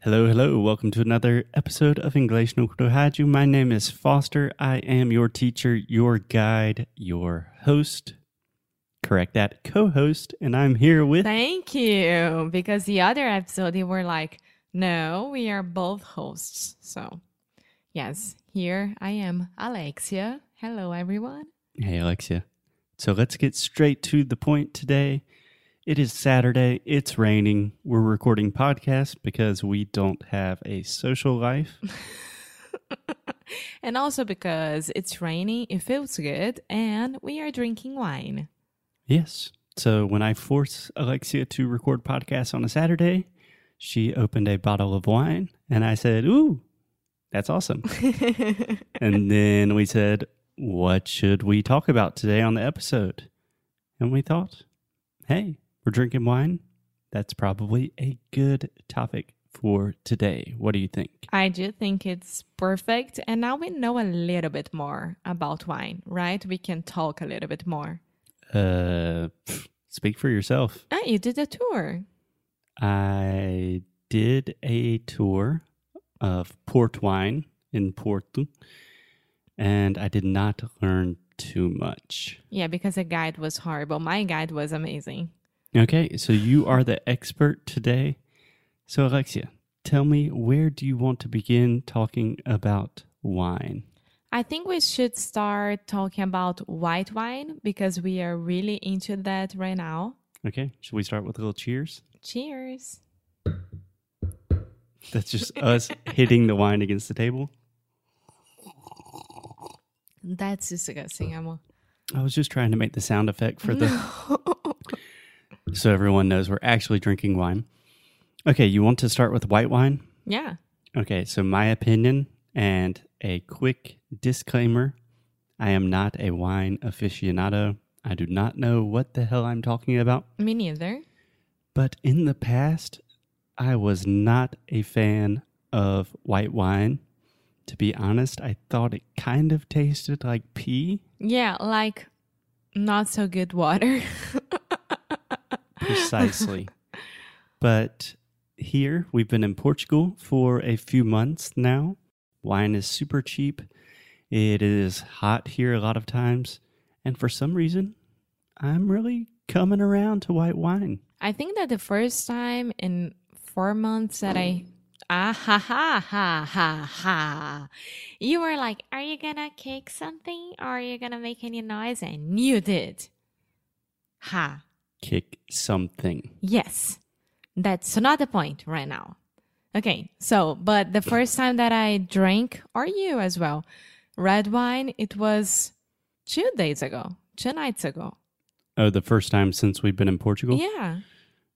Hello, hello. Welcome to another episode of English no Kuro Haju. My name is Foster. I am your teacher, your guide, your host. Correct that, co-host, and I'm here with Thank you. Because the other episode, they were like, no, we are both hosts. So, yes, here I am, Alexia. Hello, everyone. Hey Alexia. So let's get straight to the point today. It is Saturday, it's raining. We're recording podcasts because we don't have a social life. and also because it's raining, it feels good, and we are drinking wine. Yes. So when I force Alexia to record podcasts on a Saturday, she opened a bottle of wine and I said, Ooh, that's awesome. and then we said, What should we talk about today on the episode? And we thought, Hey, we're drinking wine. That's probably a good topic for today. What do you think? I do think it's perfect. And now we know a little bit more about wine, right? We can talk a little bit more. Uh, pff, speak for yourself. Ah, you did a tour. I did a tour of port wine in Porto, and I did not learn too much. Yeah, because the guide was horrible. My guide was amazing. Okay, so you are the expert today. So, Alexia, tell me where do you want to begin talking about wine? I think we should start talking about white wine because we are really into that right now. Okay, should we start with a little cheers? Cheers. That's just us hitting the wine against the table. That's disgusting, amor. I was just trying to make the sound effect for the so everyone knows we're actually drinking wine. Okay, you want to start with white wine? yeah. Okay, so my opinion and a quick disclaimer I am not a wine aficionado. I do not know what the hell I'm talking about, Me neither. but in the past, I was not a fan of white wine. To be honest, I thought it kind of tasted like pee. Yeah, like not so good water. Precisely. but here, we've been in Portugal for a few months now. Wine is super cheap. It is hot here a lot of times. And for some reason, I'm really coming around to white wine. I think that the first time in four months that I ah ha ha ha ha ha you were like, Are you gonna kick something? Or are you gonna make any noise? And you did. Ha. Kick something. Yes. That's not the point right now. Okay, so but the first time that I drank, or you as well, red wine, it was two days ago, two nights ago. Oh, the first time since we've been in Portugal? Yeah.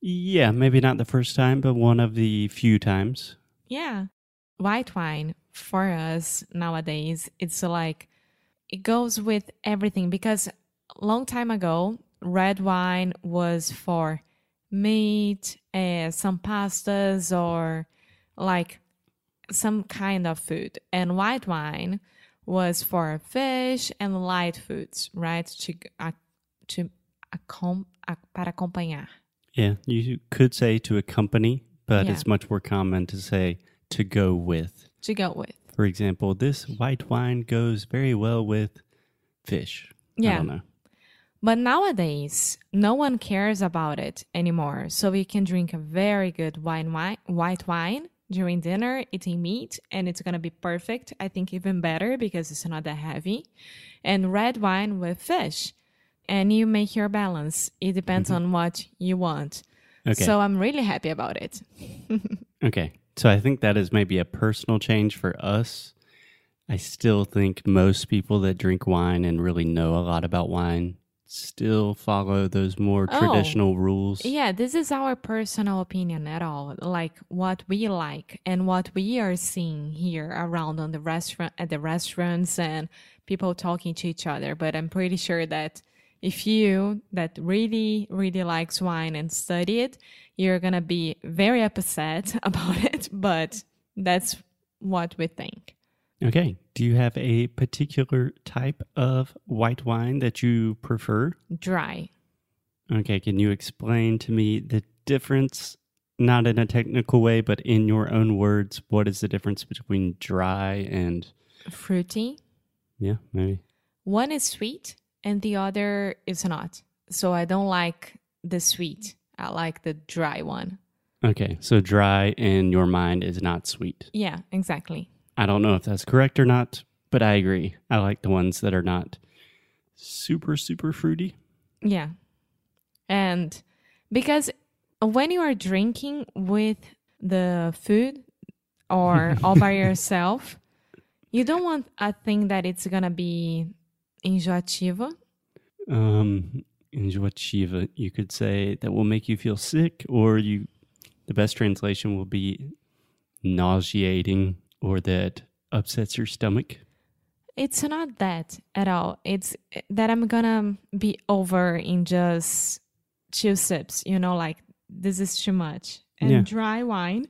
Yeah, maybe not the first time, but one of the few times. Yeah. White wine for us nowadays, it's like it goes with everything because a long time ago, red wine was for meat, uh, some pastas, or like some kind of food. And white wine was for fish and light foods, right? To, ac to accom- ac- para acompanhar. Yeah, you could say to accompany, but Yeah. it's much more common to say to go with. To go with. For example, this white wine goes very well with fish. I Yeah. don't know. But nowadays, no one cares about it anymore. So you can drink a very good wine, wine white wine during dinner, eating meat, and it's going to be perfect. I think even better because it's not that heavy. And red wine with fish. And you make your balance. It depends on what you want. Okay. So I'm really happy about it. Okay. So I think that is maybe a personal change for us. I still think most people that drink wine and really know a lot about wine still follow those more Oh. traditional rules. Yeah, this is our personal opinion at all. Like what we like and what we are seeing here around on the restaurant at the restaurants and people talking to each other. But I'm pretty sure that if you that really, really likes wine and study it, you're gonna be very upset about it. But that's what we think. Okay. Do you have a particular type of white wine that you prefer? Dry. Okay. Can you explain to me the difference not in a technical way, but in your own words, what is the difference between dry and Fruity. yeah, maybe One is sweet and the other is not. So I don't like the sweet. I like the dry one. okay. So dry in your mind is not sweet. Yeah, exactly. I don't know if that's correct or not, but I agree. I like the ones that are not super super fruity. Yeah. And because when you are drinking with the food or all by yourself, you don't want a thing that it's going to be enjoativo. Um, enjoativa, you could say that will make you feel sick, or you. The best translation will be nauseating, or that upsets your stomach. It's not that at all. It's that I'm gonna be over in just two sips, you know, like this is too much. And Yeah. dry wine,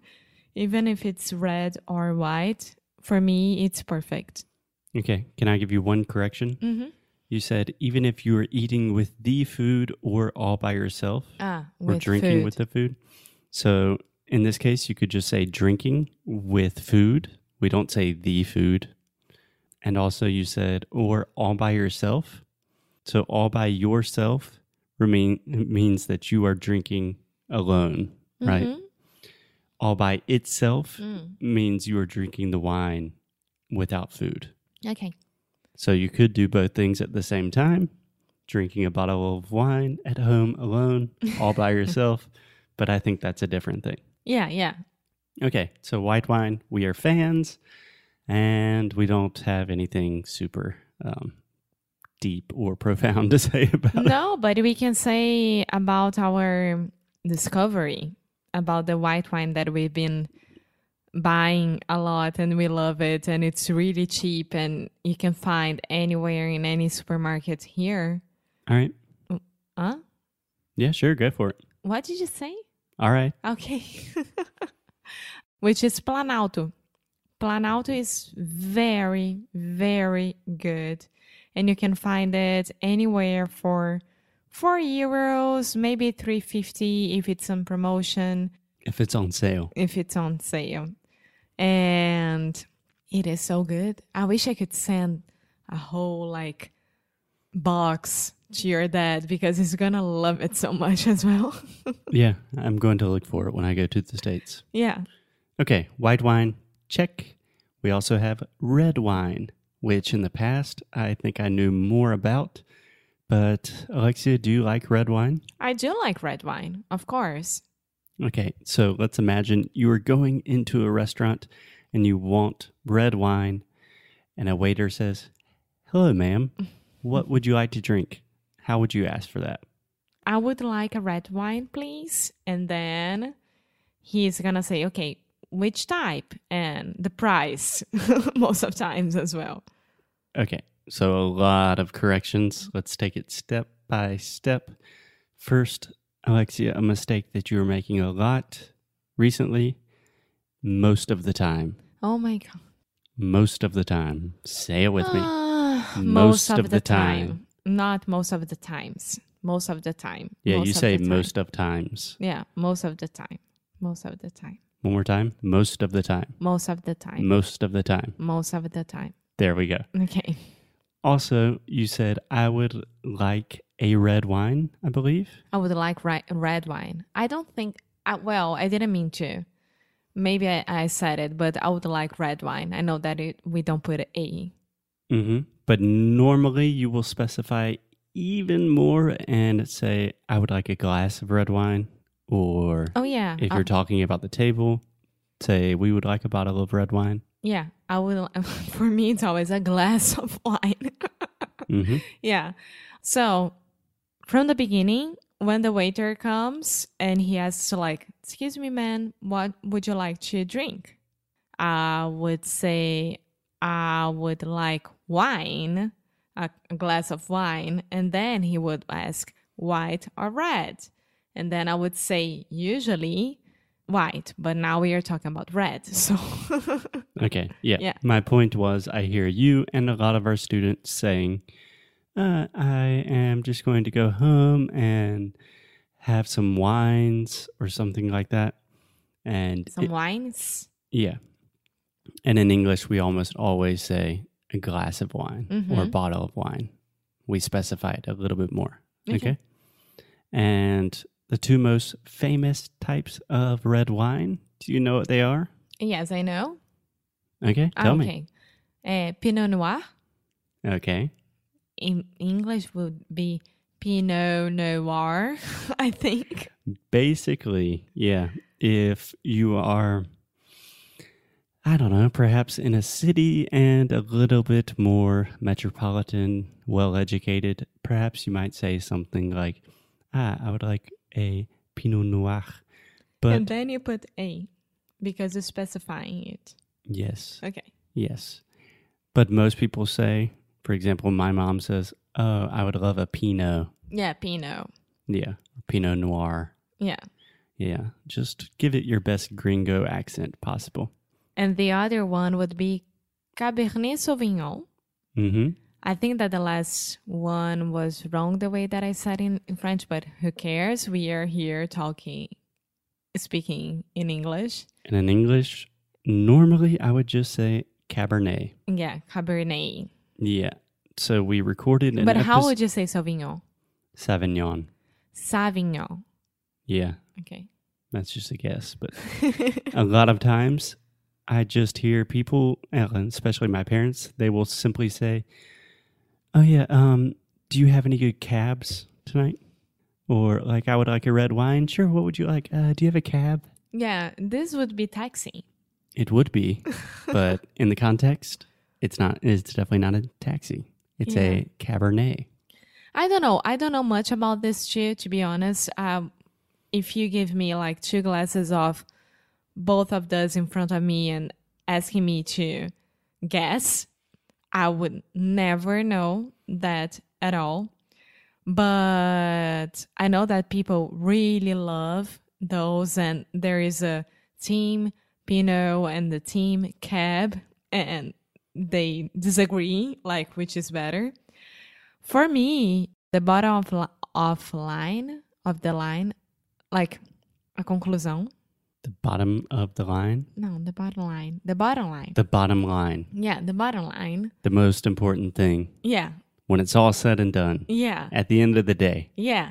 even if it's red or white, for me, it's perfect. Okay, can I give you one correction? Mm-hmm. You said even if you are eating with the food or all by yourself, Ah, or with drinking food. with the food. So in this case, you could just say drinking with food. We don't say the food. And also, you said or all by yourself. So all by yourself remain, means that you are drinking alone, right? Mhm. All by itself Mm. means you are drinking the wine without food. Okay. So you could do both things at the same time drinking a bottle of wine at home alone, all by yourself. But I think that's a different thing. Yeah, yeah. Okay, so white wine, we are fans and we don't have anything super um, deep or profound to say about it. no, but we can say about our discovery about the white wine that we've been buying a lot and we love it and it's really cheap and you can find anywhere in any supermarket here. All right. Huh? Yeah, sure, go for it. What did you say? All right. Okay. Which is Planalto. Planalto is very, very good. And you can find it anywhere for four euros, maybe 350 if it's on promotion, If it's on sale. if it's on sale. And it is so good. I wish I could send a whole like box to your dad because he's gonna love it so much as well. Yeah, I'm going to look for it when I go to the States. yeah. Okay, white wine, check. We also have red wine, which in the past I think I knew more about. But Alexia, do you like red wine? I do like red wine, of course. Okay, so let's imagine you are going into a restaurant and you want red wine, and a waiter says, Hello, ma'am. What would you like to drink? How would you ask for that? I would like a red wine, please. And then he's gonna say, okay, which type and the price, most of times as well. Okay, so a lot of corrections. Let's take it step by step. First, Alexia, a mistake that you were making a lot recently, most of the time. Oh my god! Most of the time. Say it with me. Ah, Most of the time. not most of the times, most of the time. Yeah, Most you of say the time. most of times. Yeah, most of the time, most of the time, One more time. Most of the time. most of the time, Most of the time. most of the time. There we go. Okay. Also, you said I would like a red wine, I believe. I would like ri- red wine. I don't think, I, well, I didn't mean to. Maybe I, I said it, but I would like red wine. I know that it, we don't put A. Mm-hmm. But normally you will specify even more and say, I would like a glass of red wine. Or Oh, yeah. if Uh, you're talking about the table, say, we would like a bottle of red wine. yeah. I would, for me, it's always a glass of wine. hmm yeah. So from the beginning, when the waiter comes and he asks, like, excuse me, man, what would you like to drink? I would say, I would like wine, a a glass of wine. And then he would ask, white or red? And then I would say, usually white, but now we are talking about red. So, Okay. Yeah. Yeah. My point was, I hear you and a lot of our students saying, uh, I am just going to go home and have some wines or something like that. And Some it- wines. yeah. And in English, we almost always say a glass of wine or a Mhm. bottle of wine. We specify it a little bit more. Okay. okay. And the two most famous types of red wine, do you know what they are? Yes, I know. Okay. Ah, Tell me. okay. Uh, Pinot Noir Okay. in English would be Pinot Noir, I think. Basically, yeah. If you are, I don't know, perhaps in a city and a little bit more metropolitan, well educated, perhaps you might say something like, ah, I would like a Pinot Noir. But and then you put A because you're specifying it. yes, Okay. yes. But most people say, for example, my mom says, oh, I would love a Pinot. Yeah, Pinot. Yeah. Pinot Noir. Yeah. Yeah. Just give it your best gringo accent possible. And the other one would be Cabernet Sauvignon. Mm hmm. I think that the last one was wrong the way that I said in, in French, but who cares? We are here talking, speaking in English. And in English, normally I would just say Cabernet. Yeah, Cabernet. Yeah. So we recorded an but how epis- would you say Sauvignon? Sauvignon. Sauvignon. Yeah, Okay. that's just a guess. But a lot of times I just hear people, and especially my parents, they will simply say, "Oh yeah, um, do you have any good cabs tonight?" Or like, I would like a red wine. Sure. What would you like? Uh, do you have a cab? yeah, this would be taxi. It would be, but in the context, it's not. It's definitely not a taxi. It's a cabernet. I don't know. I don't know much about this too, to be honest. Um, if you give me like two glasses of both of those in front of me and asking me to guess, I would never know that at all. But I know that people really love those, and there is a team Pinot and the team Cab, and they disagree like which is better. For me, the bottom of, li- of line of the line, like a conclusion. The bottom of the line. No, the bottom line. The bottom line. The bottom line. yeah, the bottom line. The most important thing. Yeah, When it's all said and done. yeah, At the end of the day, yeah,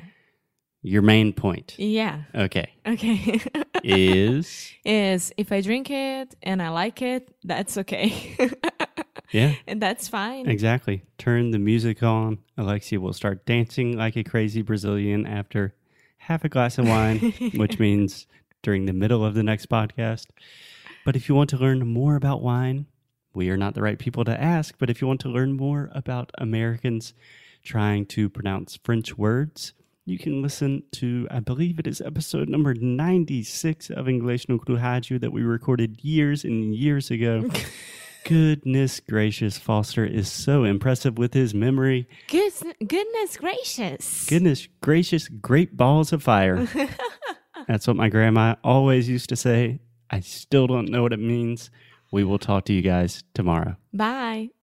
your main point. yeah. Okay. Okay. Is Is if I drink it and I like it, that's okay. yeah, and that's fine. exactly. Turn the music on. Alexia will start dancing like a crazy Brazilian after half a glass of wine, which means during the middle of the next podcast. But if you want to learn more about wine, we are not the right people to ask. But if you want to learn more about Americans trying to pronounce French words, you can listen to, I believe it is episode number 96 of English no Cruhaju that we recorded years and years ago. Goodness gracious, Foster is so impressive with his memory. Good, goodness gracious. Goodness gracious, great balls of fire. That's what my grandma always used to say. I still don't know what it means. We will talk to you guys tomorrow. Bye.